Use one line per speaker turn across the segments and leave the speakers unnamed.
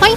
欢迎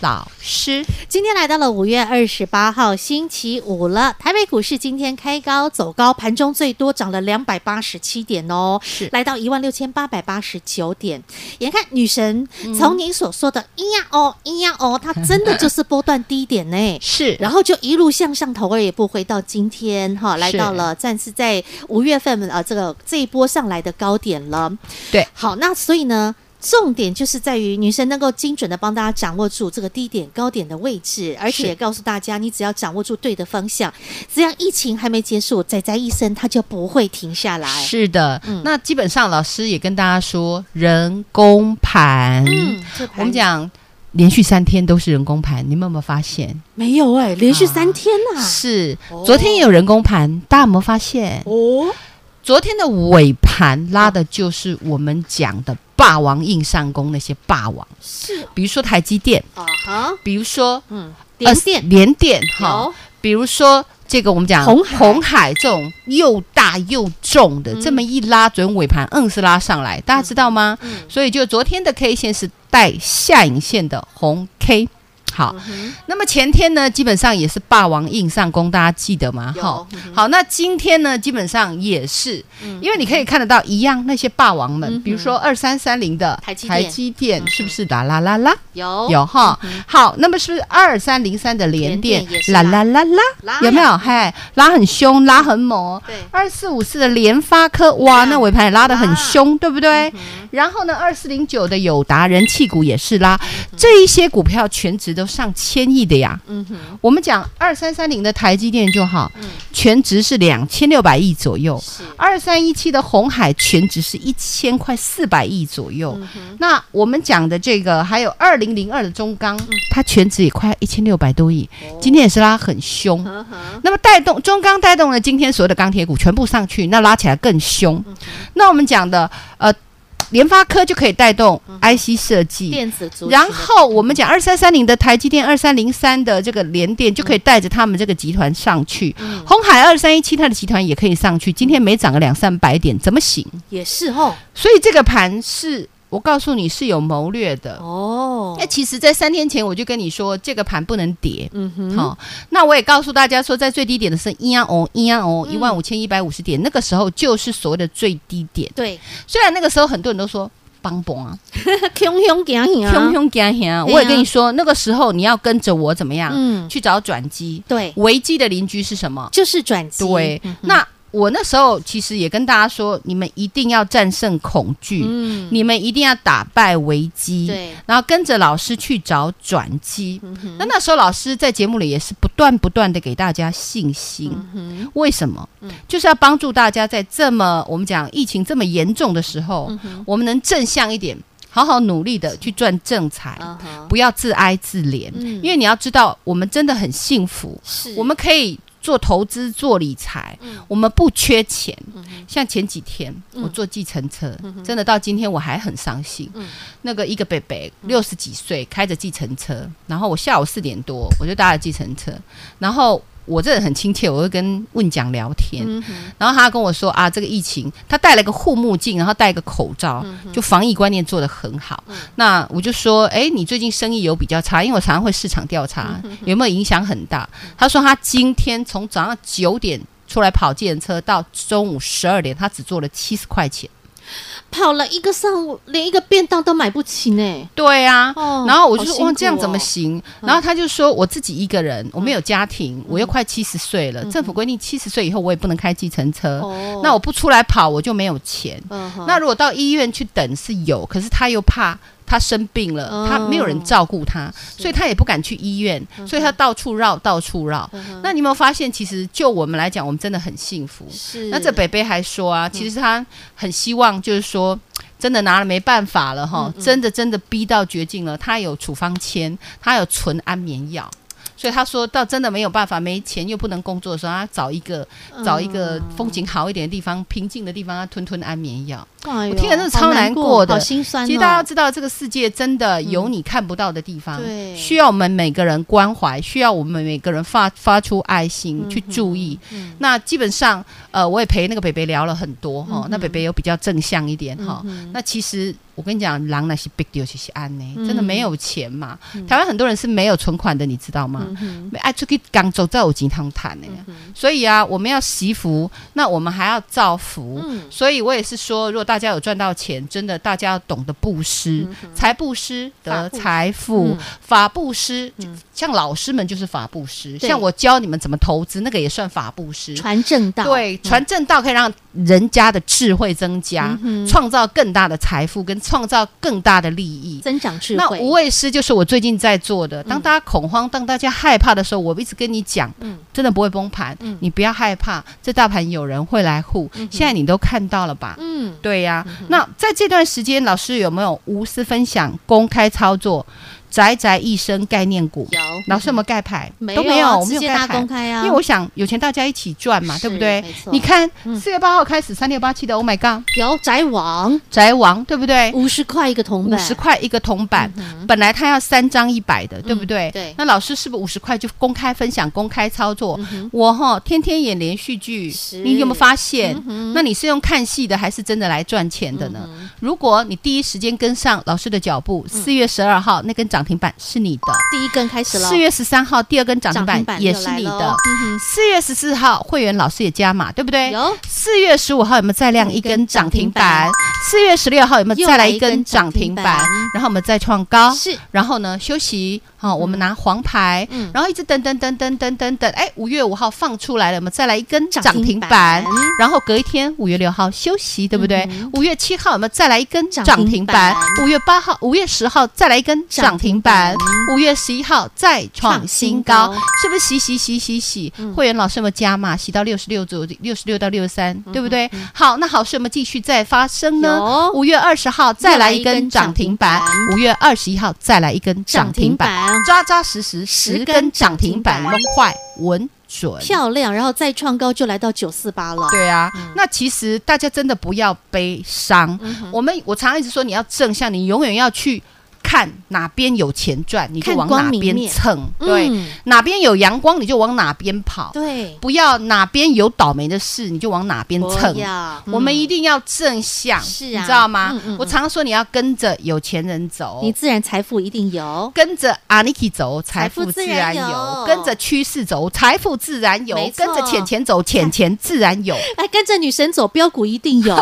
老师。
今天来到了五月二十八号星期五了，台北股市今天开高走高，盘中最多涨了两百八十七点哦，
是。
来到一万六千八百八十九点。眼看女神从您所说的“咿呀哦，咿呀哦”，它真的就是波段低点呢
是
然后就一路向上头而也不回到今天哈，来
是
到了暂时在五月份呃这个这一波上来的高点了。
对，
好，那所以呢，重点就是在于女生能够精准的帮大家掌握住这个低点高点的位置，而且
是
也告诉大家，你只要掌握住对的方向，只要疫情还没结束，仔仔一生它就不会停下来。
是的，
嗯
那基本上老师也跟大家说，人工盘，
嗯，这盘
我们讲连续三天都是人工盘，你们有没有发现？
没有哎、连续三天呐、
是
哦，
昨天也有人工盘，大家有没有发现？
哦，
昨天的尾盘拉的就是我们讲的霸王硬上弓那些霸王，
是
比如说台积电，
啊哈，
比如说
嗯，连电
呃联电哈
有，
比如说这个我们讲
红海
红海这种又大又重的，
嗯
这么一拉，准尾盘硬是拉上来，大家知道吗？
嗯
所以就昨天的 K 线是带下影线的红 K。好，
嗯
那么前天呢，基本上也是霸王硬上弓，大家记得吗？
有
哈
嗯哼
好，那今天呢，基本上也是，
嗯
因为你可以看得到一样那些霸王们，
嗯哼
比如说二三三零的
台积电
台积电
嗯，哼
是不是啦啦啦啦？
有
有哈
嗯哼，
好，那么是不是二三零三的连电
联电也是
啦
拉
啦啦
拉
啦，有没有？嗨，拉很凶，拉很猛。
对
二四五四的联发科，哇，
嗯
那尾盘也拉得
拉嗯
很凶，对不对？然后呢，二四零九的友达人气股也是拉，这一些股票全值都上千亿的呀。
嗯哼，
我们讲二三三零的台积电就好
嗯，
全值是两千六百亿左右。
是，
二三一七的红海全值是一千块四百亿左右。
嗯哼，
那我们讲的这个，还有二零零二的中钢，
嗯
它全值也快一千六百多亿，
哦
今天也是拉很凶。
呵呵，
那么带动中钢带动了今天所有的钢铁股全部上去，那拉起来更凶。
嗯
那我们讲的呃，联发科就可以带动 IC 设计。
嗯电子族群的，
然后我们讲二三三零的台积电，二三零三的这个联电就可以带着他们这个集团上去。
嗯
红海二三一七它的集团也可以上去，今天没涨个两三百点怎么行？
也是吼，
所以这个盘是我告诉你是有谋略的。
哦
那、，其实，在三天前我就跟你说，这个盘不能跌。
嗯哼，
好、那我也告诉大家说，在最低点的是一样哦，一样
嗯
哦，一万五千一百五十点，那个时候就是所谓的最低点。
对，
虽然那个时候很多人都说帮崩啊，
汹汹行行啊，
凶凶惊吓，我也跟你说，那个时候你要跟着我怎么样、
嗯，
去找转机。
对，
危机的邻居是什么？
就是转机，
对，
嗯哼
那我那时候其实也跟大家说，你们一定要战胜恐惧。
嗯，
你们一定要打败危机，
对，
然后跟着老师去找转机。
嗯哼，
那那时候老师在节目里也是不断不断的给大家信心，
嗯哼，
为什么？
嗯
就是要帮助大家在这么我们讲疫情这么严重的时候，
嗯哼，
我们能正向一点，好好努力的去赚正财，
嗯哼，
不要自哀自怜。
嗯
因为你要知道，我们真的很幸福，
是
我们可以做投资、做理财，
嗯
我们不缺钱。
嗯哼
像前几天
嗯
我坐计程车，真的到今天我还很伤心。
嗯
那个一个伯伯六十几岁开着计程车，然后我下午四点多我就搭了计程车，然后我这人很亲切，我会跟问讲聊天。
嗯哼，
然后他跟我说啊，这个疫情，他戴了个护目镜，然后戴一个口罩，
嗯
就防疫观念做得很好。那我就说，哎，你最近生意有比较差，因为我常常会市场调查，
嗯
有没有影响很大？他说他今天从早上九点出来跑计程车到中午十二点，他只做了七十块钱。
跑了一个上午，连一个便当都买不起呢，
对啊，
哦
然后我就
好
说
辛
哇，
苦
这样怎么
哦
行？然后他就说我自己一个人，我没有家庭，我又快七十岁了，政府规定七十岁以后我也不能开计程车，
哦
哦那我不出来跑我就没有钱。
嗯哼，
那如果到医院去等是有，可是他又怕他生病了，
哦
他没有人照顾他，所以他也不敢去医院，所以他到处绕，到处绕。那你有没有发现，其实就我们来讲，我们真的很幸福。
是嗯
那这北北还说啊，其实他很希望，就是说。真的拿了没办法了
嗯
哈，真的真的逼到绝境了。他有处方签，他有存安眠药，所以他说到真的没有办法，没钱又不能工作的时候，他找一个
嗯
找一个风景好一点的地方，平静的地方，他吞吞安眠药。
哎呦
我听了真的超
好
难
过
过的
好心酸哦。
其实大家要知道，这个世界真的有你看不到的地方，
对
需要我们每个人关怀，需要我们每个人发发出爱心、
嗯
去注意。那基本上，呃，我也陪那个北北聊了很多哈、那北北有比较正向一点
嗯
哈、那其实我跟你讲，狼那些 big deal 其实安呢，真的没有钱嘛。台湾很多人是没有存款的，你知道
嗯
吗？没爱出去工作才有钱通谈呢。所以啊，我们要惜福，那我们还要造福。
嗯
所以我也是说，如果大家有赚到钱，真的大家要懂得布施，
嗯
财布施得财富，法布施，就像老师们就是法布施，
嗯对
像我教你们怎么投资，那个也算法布施。
传正道，嗯
对，传正道可以让人家的智慧增加，创造更大的财富，跟创造更大的利益。
增长智
那
慧。嗯
无畏师就是我最近在做的。当大家恐慌、当大家害怕的时候，我一直跟你讲，
嗯
真的不会崩盘，你不要害怕，这大盘有人会来护。现在你都看到了吧？
嗯，
对呀、那在这段时间，老师有没有无私分享、公开操作、宅宅一生概念股？
有
老师有没有盖牌？
嗯有
都
啊
没有，我们
直
没
接
有盖
大
牌
公。开啊，
因为我想有钱大家一起赚嘛，
是
对不对
没错？嗯
你看四月八号开始三六八七的，Oh my god，
有宅网
宅王对不对？
五十块一个铜
哎五
板，
十块一个铜板，本来他要三张一百的，对不对？
嗯对嗯
那老师是不是五十块就公开分享、公开操作？我哈天天演连续剧
是，嗯
你有没有发现？那你是用看戏的，还是真的来赚钱的呢？如果你第一时间跟上老师的脚步，
嗯
四月十二号那根涨停板是你的。
第一根开始了，
四月十三号第二根涨停
涨
板
停板
也
又
是
来嗯
你
咯
的，四月十四号会员老师也加码，对不对？
有
四月十五号有没有再亮一根涨停板
嗯？
四月十六号有没有再来一
又来一
根
根
涨停
涨
板
停板？
然后我们再创高，
是
然后呢休息，好、我们拿黄牌，然后一直等等等等等等等，哎，五月五号放出来了，我们再来一根涨停板，
涨停板
然后隔一天五月六号休息，对不对？五、月七号有没有再来一根
涨
涨
停
停
板
板？五月八号、五月十号再来一根
涨
涨
停
停
板
板，五月十一号再创新高嗯
创新高，
是不是洗洗洗洗洗？会员老师有没有加码？洗到六十六左右，六十六到六十三，对不对？好，那好事有没有继续再发生呢
有？
五月二十号再来
又
一
来一根
根涨停板
涨停，
五月二十一号再来一根涨停板，
板
扎扎实实十根涨停板，有没有快稳准？
漂亮，然后再创高就来到九四八了，
对啊，
嗯
那其实大家真的不要悲伤。我们我常常一直说，你要正向，你永远要去看哪边有钱赚，你就
看
往
光
哪
明
边
面
蹭。对，
嗯
哪边有阳光，你就往哪边跑。
对，
不要哪边有倒霉的事，你就往哪边蹭。
呀，
我们一定要正向，
嗯是啊
你知道吗？
嗯嗯嗯
我常说你要跟着有钱人走，
你自然财富一定有，
跟着阿尼基走，财富自
财
然
富自然有
有；跟着趋势走，财富自然有
没；错
跟着钱钱走，钱钱自然 有。
哎，跟着女神走，标股一定 有，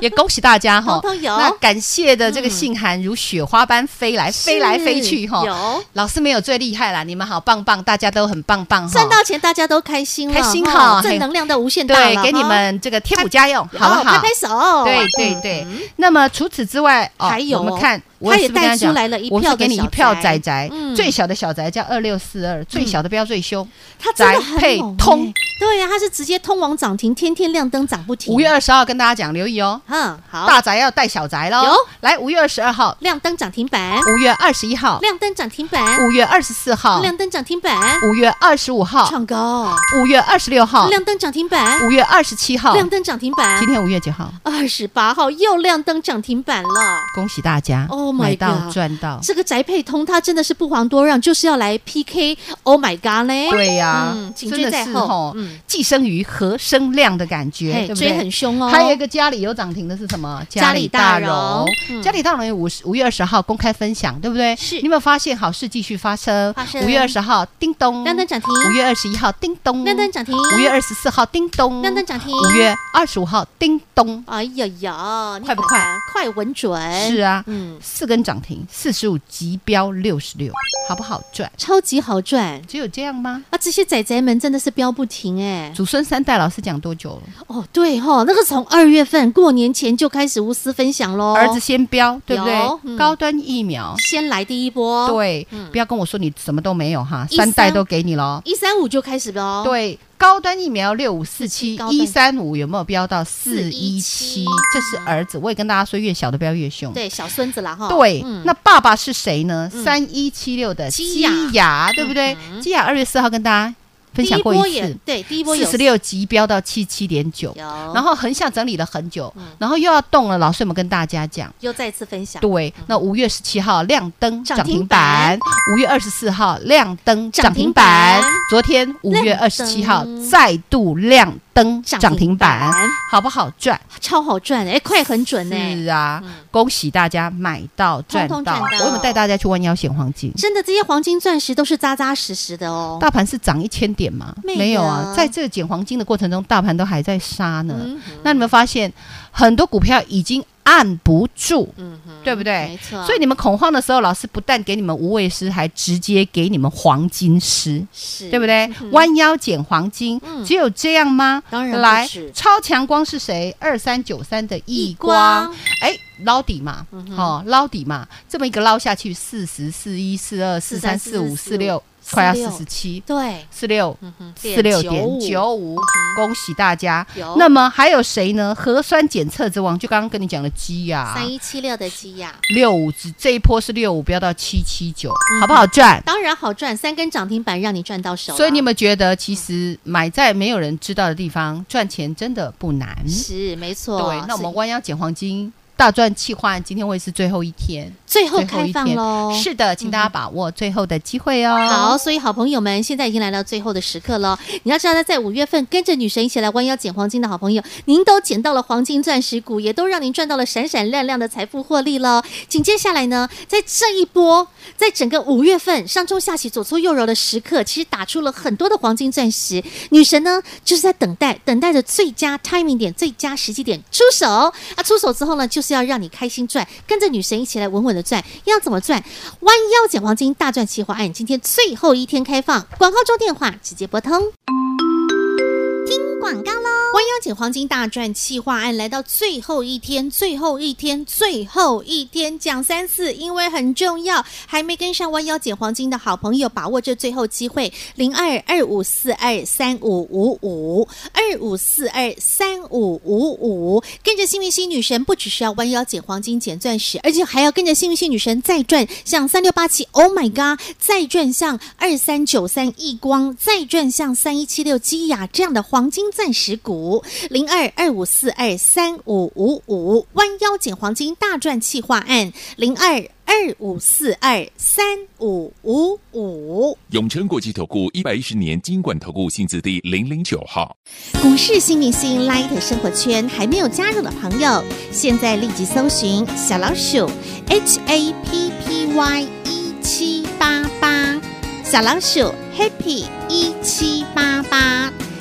也恭喜大家哈！
通通有嗯
那感谢的这个信函如雪花般飞来，飞来飞去哈。嗯
有
老师没有最厉害啦，你们好棒棒，大家都很棒棒哈。
赚到钱，大家都开心了，
开心
哈
哈
正能量的无限大了
对，
哈哦
给你们这个贴补家用，好不
有拍
好
拍？手，
对对对。那么除此之外，哦
嗯还有
我们看，我
他也
是不是跟
带
讲
出来了一
我
票
是
的
给你
小
一票
宅
宅宅
嗯，
最小的小宅叫二六四二，最小的不要最凶。
他真的
宅配
很猛、欸，
通
对呀、他是直接通往涨停，天天亮灯涨不停。
五月，二十号跟大家讲，留意哦，
嗯，好，
大宅要带小宅
有
喽。来，五月二十二号，
亮灯涨停板，
五月二十一号，
亮灯涨停板，
五月二十四号，
亮灯涨停板，
五月二十五号，
创高，
五月二十六号，
亮灯涨停板，
五月二十七号，
亮灯涨停板
今，天五月九号，
二十八号又亮灯涨停板了。
恭喜大家
Oh my
买到
God
赚到。
这个宅配通，它真的是不遑多让，就是要来 PK。Oh my god 嘞！
对呀
嗯，紧
真
追
的
在
是
后
吼
嗯，
寄生于和生量的感觉，
嘿
对不
追
对？
很凶哦。
还有一个家里有涨停的是什么？
家里大荣嗯
家里大荣有五十五月二十号公开分享，对不对？
是
你有没有发现好事继续发生
发生？
五月二十号叮咚
亮灯涨停
五月二十一号叮咚
亮灯涨停，
五月二十四号叮咚
亮灯涨停，
五月二十五号叮咚，
哎呀呀，你
快不
看看？
快
快稳准。
是啊，
嗯，
四根涨停，四十五急标六十六，好不好赚？
超级好赚
只有这样吗？
啊！这些仔仔们真的是飙不停哎、
祖孙三代老师讲多久了？
哦，对吼、那个从二月份过年前就开始无私分享喽，
儿子先标，对不
有
对？
嗯
高端疫苗，
先来第一波，，
对，不要跟我说你什么都没有哈，哦嗯三哦代都给你喽。
一三五就开始喽，，
对，高端疫苗六五四七
高端
一三五有没有标到四一
417
七？这是儿子，我也跟大家说，越小的不要越凶。
对，小孙子啦哈，
对，
嗯
那爸爸是谁呢？三一七六的
基
基
亚
亚，对不对？基亚二月四号跟大家分享过
第一波
一
也
次，
对，第一波
四
有哦
十六级飙到七七点九，
有，
然
然
后横向整理了很久，
嗯
然后又要动了。老师有没有跟大家讲？
又再次分享，
对，那五月十七号亮灯
嗯涨
涨
停
停板，五月二十四号亮灯涨停板
涨停板，
昨天五月二十七号
亮灯
再度亮灯
涨停
涨停板
板，
好不好赚？
超好赚哎、快很准哎、
是啊，恭喜大家买到赚
通通
到，
赚到
我有没有带大家去弯腰选黄金？
真的这些黄金钻石都是扎扎实实的哦，
大盘是涨一千点吗？
没有
没有啊，在这捡黄金的过程中，大盘都还在杀呢。
嗯
那你们发现很多股票已经按不住，
嗯哼，
对不对
没？错，
所以你们恐慌的时候，老师不但给你们无畏师，还直接给你们黄金师，
是嗯
对不？对？弯腰捡黄金，只有这样吗？
当然不
来
止，
超强光是谁？二三九三的
易
易
光嗯
光，哎，捞底嘛，哦，捞底嘛，这么一个捞下去，四十四一四二四三四五四六，快要四十七。
对，
四六
嗯哼
四六点
95
九五，恭喜大家
有。
那么还有谁呢？核酸检测之王，就刚刚跟你讲的鸡呀，
三一七六的基亚，
六五只这一波是六五，不要到七七九，
嗯
好不好赚？
当然好赚，三根涨停板让你赚到手啦，
所以你有没有觉得，其实买在没有人知道的地方赚钱真的不难？
是没错，
对，那我们
是
弯腰捡黄金。大赚气换，今天会是最后一天，
最后
最后
开
一
放
天
喽，
是的，请大家把握最后的机会哦。
哦嗯好，，所以好朋友们，现在已经来到最后的时刻了。你要知道呢，在五月份跟着女神一起来弯腰捡黄金的好朋友，您都捡到了黄金钻石股，也都让您赚到了闪闪亮亮的财富获利了。紧接下来呢，在这一波，在整个五月份上中下起左搓右揉的时刻，其实打出了很多的黄金钻石。女神呢，就是在等待，等待着最佳 timing 点、最佳时机点出手啊！出手之后呢，就是要让你开心赚，跟着女神一起来稳稳的赚。要怎么赚？弯腰捡黄金大赚企划案，今天最后一天开放，广告中电话直接拨通。广告喽！弯腰捡黄金大赚企划案来到最后一天，最后一天，最后一天，讲三次，因为很重要。还没跟上弯腰捡黄金的好朋友，把握这最后机会，零二二五四二三五五五二五四二三五五五，跟着幸运星女神，不只是要弯腰捡黄金、捡钻石，而且还要跟着幸运星女神再赚，像三六八七，Oh my God，再赚像二三九三亿光，再赚像三一七六基亚这样的黄金钻石股，零二二五四二三五五五，弯腰捡黄金大赚企划案，零二二五四二三五五五。
永诚国际投顾一百一十年金管投顾新字第零零九号。
股市新明星 Light 生活圈还没有加入的朋友，现在立即搜寻小老鼠 HAPPY 一 E 七八八，小老鼠 Happy 一七八八，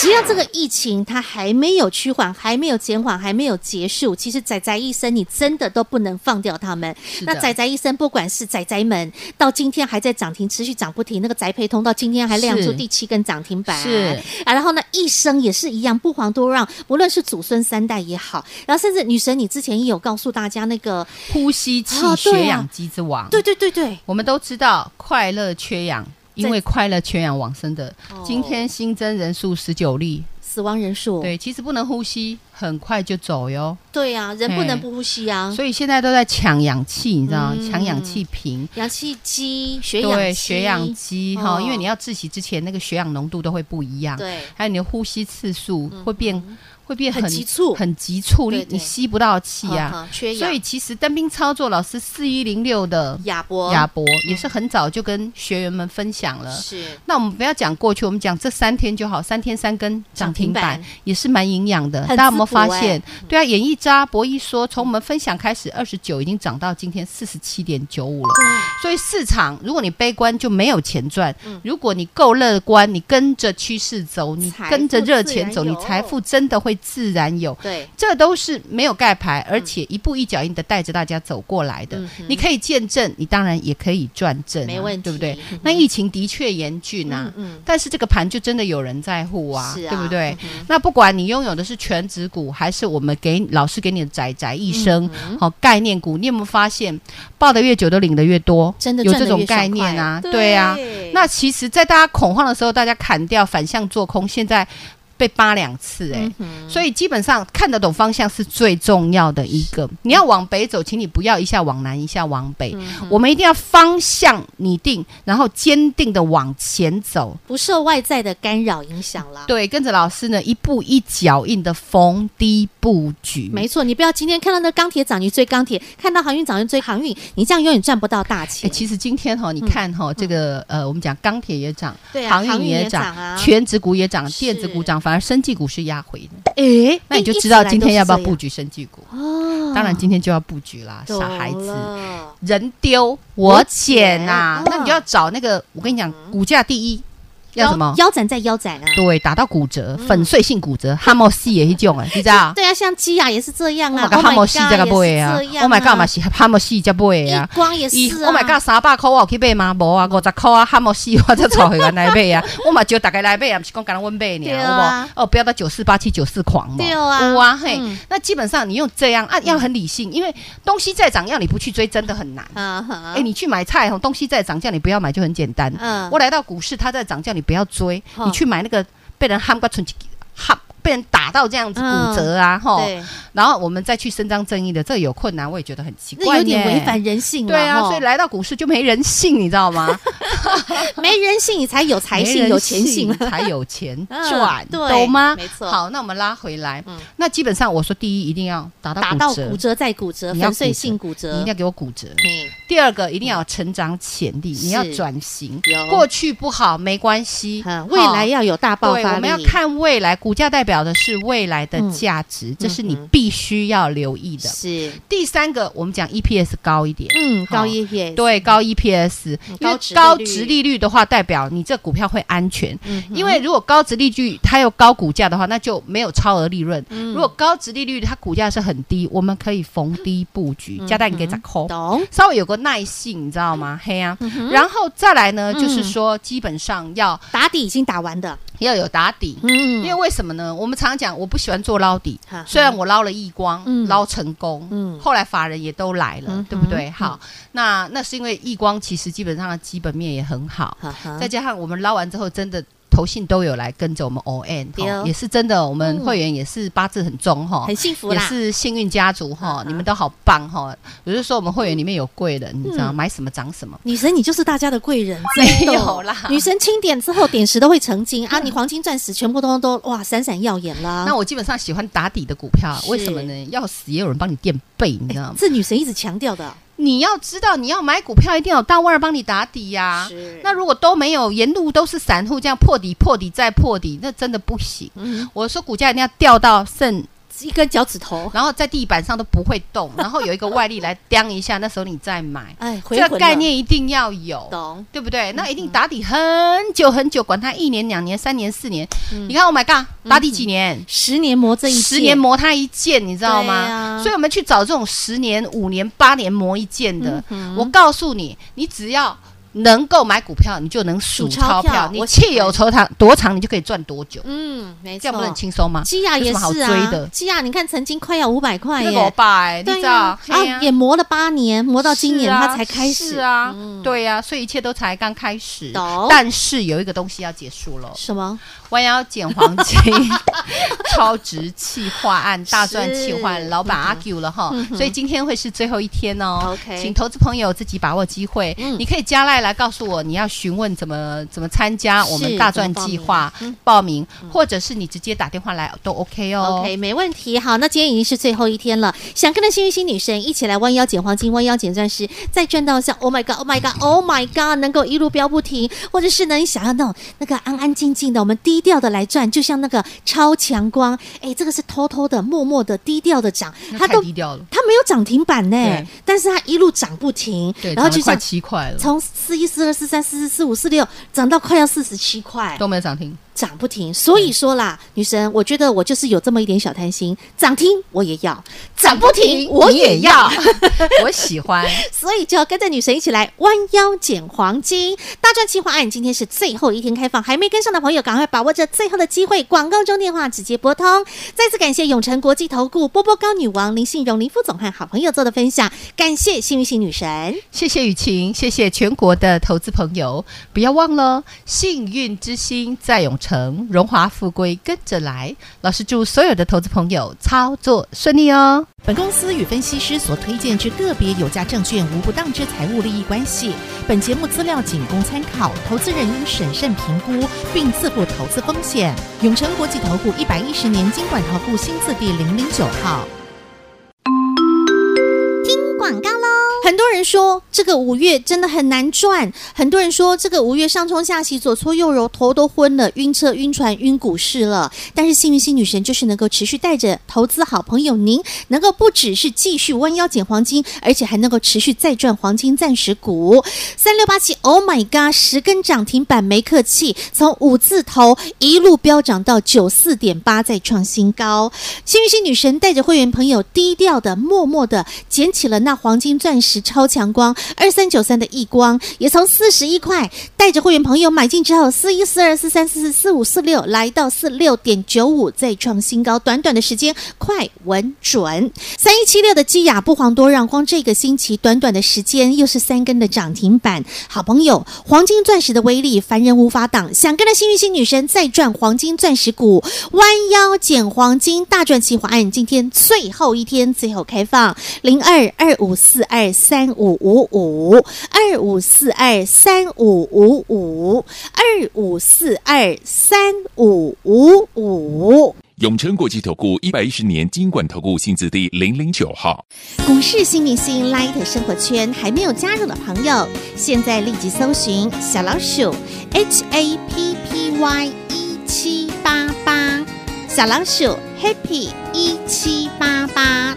只要这个疫情它还没有趋缓，还没有减缓，还没有结束，其实仔仔医生你真的都不能放掉他们。
的
那仔仔医生不管是仔仔们到今天还在涨停，持续涨不停，那个宅培通到今天还亮出
是
第七根涨停板，
是
啊，然后呢一生也是一样，不遑多让，无论是祖孙三代也好，然后甚至女神你之前也有告诉大家那个，
呼吸器
啊对啊
血氧机之王，
对对对对，
我们都知道快乐缺氧，因为快乐缺氧往生的，
哦
今天新增人数十九例。
死亡人数，
对，其实不能呼吸，很快就走哟。
对啊，人不
嘿
能不呼吸啊，
所以现在都在抢氧气，你知道吗？
嗯
抢氧气瓶。
氧气机、血氧
对，
机
血氧机哈，
哦
因为你要窒息之前，那个血氧浓度都会不一样，
对嗯
还有你的呼吸次数会变会变
很急促
很急促，
对
你
对
你吸不到气
呵
啊
呵。缺
所
氧
以，其实单兵操作老师四一零六的
亚伯
亚博也是很早就跟学员们分享了。
是
那我们不要讲过去，我们讲这三天就好，三天三根涨
涨
停板
停板
也是蛮营养的。
很
大家有没有
滋补欸
发现？对啊，演一扎博弈说，从我们分享开始，二十九已经涨到今天四十七点九五了。所以市场，如果你悲观就没有钱赚；
嗯
如果你够乐观，你跟着趋势走，你
财富
跟着热钱
自
走，
然
你
有
财富真的会自然有。
对，
这都是没有盖牌，
嗯
而且一步一脚印的带着大家走过来的。你可以见证，你当然也可以转正、啊
没问题
对不对
嗯哼？
那疫情的确严峻啊，
嗯
但是这个盘就真的有人在乎啊，
是啊
对不对？那不管你拥有的是全职股，还是我们给老师给你的宅宅一生，
嗯
好、概念股，你有没有发现，抱得越久都领得越多？
真的
有
赚
这
得
种
越爽
概念啊，
快
对啊。
对
那其实，在大家恐慌的时候，大家砍掉反向做空，现在被扒两次、
嗯
欸，哎、所以基本上看得懂方向是最重要的一个。你要往北走，请你不要一下往南，一下往北，
嗯
我们一定要方向拟定，然后坚定的往前走。
不受外在的干扰影响啦。
对，跟着老师呢，一步一脚印的逢低布局。
没错，你不要今天看到那钢铁涨，你追钢铁；看到航运涨，就追航运。你这样永远赚不到大
哎，
钱。
其实今天哈、你看哈、这个呃，我们讲钢铁也涨，
嗯对啊航运
运
也
涨，
涨啊
全指股也涨，
是
电子股涨，反而生技股是压回的。
哎，
那你就啊
一
知道
直来
今天要不要
都是
布局生技股。
这样哦
当然，今天就要布局啦，
懂
傻孩子，
了
人丢我捡呐
我捡。啊嗯
那你就要找那个，我跟你讲，股价第一要什么？
腰腰斩再腰斩啊！
对，打到骨折，
嗯
粉碎性骨折，哈莫西也是这种哎，你 知道？
对啊，像基亚也是这样啊
我哈莫西这个
god，
买
也
啊
是这样
，Oh my god 嘛是哈莫西这买啊
一。光也
伊
是啊
，Oh my god，三百块我有去买吗？无啊，五十块啊，哈莫西 我才找回原来 买啊，我嘛就大概来买啊，不是讲敢阮买呢，
对
有
啊
无？哦，不要到九四八七九四狂嘛，
对啊
有啊嘿
嗯。
那基本上你用这样啊，要很理性，因为东西再涨，要你不去追真的很难。
啊哈
哎，你去买菜哦，东西再涨，叫你不要买就很简单。
嗯
我来到股市，它在涨，叫你不要追，
哦
你去买那个被人喊个存喊被人打到这样子
嗯
骨折啊，吼。
对，
然后我们再去伸张正义的，这有困难，我也觉得很奇
那
怪，
有点违。反人性了
对啊，
吼
所以来到股市就没人性，你知道吗？
没人性你才有财
没
性，
人
有钱性 了。
才有钱
嗯
赚，
对
懂吗？
没错
好，那我们拉回来，那基本上我说第一一定要达到
打到
折
骨，折再骨折，
你要
粉碎性骨
你
折，
一定要给我骨折。
嘿
第二个一定要有成长潜力，
是
你要转型
有，
过去不好没关系
嗯，未来
好
要有大爆
对，
发力。
我们要看未来，股价代表的是未来的价值，这是你必须要留意的。
是，
嗯第三个，我们讲 EPS 高一点，
嗯，
好
高一点，
对，高 EPS，因
高
为
值利率
嗯高值利率的话，代表你这股票会安全。
嗯
因为如果高值利率它有高股价的话，那就没有超额利润。如果高值利率它股价是很低，我们可以逢低布局，加蛋给它扣。
懂，
稍微有个耐性，你知道
嗯
吗？嘿啊，然后再来呢，就是说基本上要
打底已经打完的，
要有打底，
嗯，
因为为什么呢？我们常讲，我不喜欢做捞底
哈哈，
虽然我捞了易光
嗯，
捞成功，
嗯
后来法人也都来了
嗯哼，
对不对？好，那那是因为易光其实基本上的基本面也很好，
哈哈
再加上我们捞完之后，真的投信都有来跟着我们 ON，
对哦
齁也是真的，我们
嗯
会员也是八字很重哈
很。幸福
也
啦，
是幸运家族哈，你们都好棒哈！我就说我们会员里面有贵人，你知道买什么涨什么。
女神你就是大家的贵人，
嗯 没
真的
有啦
女神清点之后，点石都会成金 啊，你黄金钻石全部都都哇闪闪耀眼啦。
那我基本上喜欢打底的股票，
是
为什么呢？要死也有人帮你垫背，你知道吗？
这女神一直强调的，
你要知道，你要买股票一定要有大腕儿帮你打底呀、
是
那如果都没有，沿路都是散户，这样破底、破底再破底，那真的不行。
嗯
我说股价一定要掉到剩，
一根脚趾头，
然后在地板上都不会动，然后有一个外力来 当一下，那时候你再买。
哎，回
这
魂
个
了
概念一定要有。
懂，
对不
嗯
对？那一定打底很久很久，管它一年、两年、三年、四年。你看，Oh my God，打底几年？
十年磨嗯这一
十
剑
年磨它一剑，你知道吗？
对啊
所以我们去找这种十年、五年、八年磨一剑的。
嗯
我告诉你，你只要能够买股票，你就能数
数钞
钞
票
票。
我
你
喜欢
汽油多长多长，你就可以赚多久，
嗯，没
这样不是很
错。
轻松吗？
基亚
有
也
什么好
是
追
啊
的，
基亚你看曾经快要五百块
那个我
耶，
爸哎，你
对
知道
呀，
嘿
啊也磨了八年，磨到今年
是啊
他才开
是
始，嗯
啊，对呀、所以一切都才刚开始
懂。
但是有一个东西要结束喽，
什么？
弯腰捡黄金， 超值企划案大赚企划案，
是嗯
老板 argue 了哈，所以今天会是最后一天哦。
OK 嗯
请投资朋友自己把握机会，你可以加赖来告诉我你要询问怎么怎么参加
是
我们大赚计划
怎么
报名，或者是你直接打电话来都 OK 哦。
OK，没问题。好，那今天已经是最后一天了，想跟着幸运星女神一起来弯腰捡黄金、弯腰捡钻石，再赚到像 Oh my God，Oh my God，Oh my God，能够一路飙不停，或者是呢，你想要那种那个安安静静的，我们低调的来赚，就像那个超强光，哎，这个是偷偷的、默默的、低调的涨，
那
它
太
都
低调了，
它没有涨停板呢
对，
但是它一路涨不停，
对，
然后
涨
就
了快
像
七块了，
从四一、四二、四三、四四、四五、四六涨到快要四十七块，
都没有涨停。
涨不停，所以说啦，女神，我觉得我就是有这么一点小贪心，涨停我也要，涨不停我
你
也
也
要
要，， 我喜欢。
所以就要跟着女神一起来弯腰捡黄金。大赚计划案今天是最后一天开放，还没跟上的朋友赶快把握着最后的机会，广告中电话直接拨通。再次感谢永诚国际投顾波波高女王林信荣林副总和好朋友做的分享，感谢幸运星女神。
谢谢雨晴，谢谢全国的投资朋友，不要忘了，幸运之星在永城，荣华富贵跟着来。老师祝所有的投资朋友操作顺利哦。
本公司与分析师所推荐之个别有价证券无不当之财务利益关系。本节目资料仅供参考，投资人应审慎评估并自负投资风险。永诚国际投顾一百一十年经管投顾新字第零零九号。
广告喽。很多人说这个五月真的很难赚，很多人说这个五月上冲下洗，左搓右揉，头都昏了，晕车、晕船、晕股市了。但是幸运星女神就是能够持续带着投资好朋友您，能够不只是继续弯腰捡黄金，而且还能够持续再赚黄金钻石股。三六八七，Oh my god，十根涨停板没客气，从五字头一路飙涨到九四点八，再创新高。幸运星女神带着会员朋友低调的、默默的捡起了那黄金钻石超强光二三九三的异光，也从四十一块带着会员朋友买进之后，四一四二四三四四四五四六来到四六点九五，再创新高。短短的时间，快稳准。三一七六的基亚不遑多让，光这个星期短短的时间又是三根的涨停板。好朋友，黄金钻石的威力，凡人无法挡。想跟着幸运星女神再赚黄金钻石股，弯腰捡黄金大赚计划案，今天最后一天，最后开放零二二五四二三五五五二五四二三五五五二五四二三五五五。
永诚国际投顾一百一十年金管投顾性质第零零九号。
股市新明星 Light 生活圈还没有加入的朋友，现在立即搜寻小老鼠 HAPPY 一七八八，小老鼠 Happy 一七八八，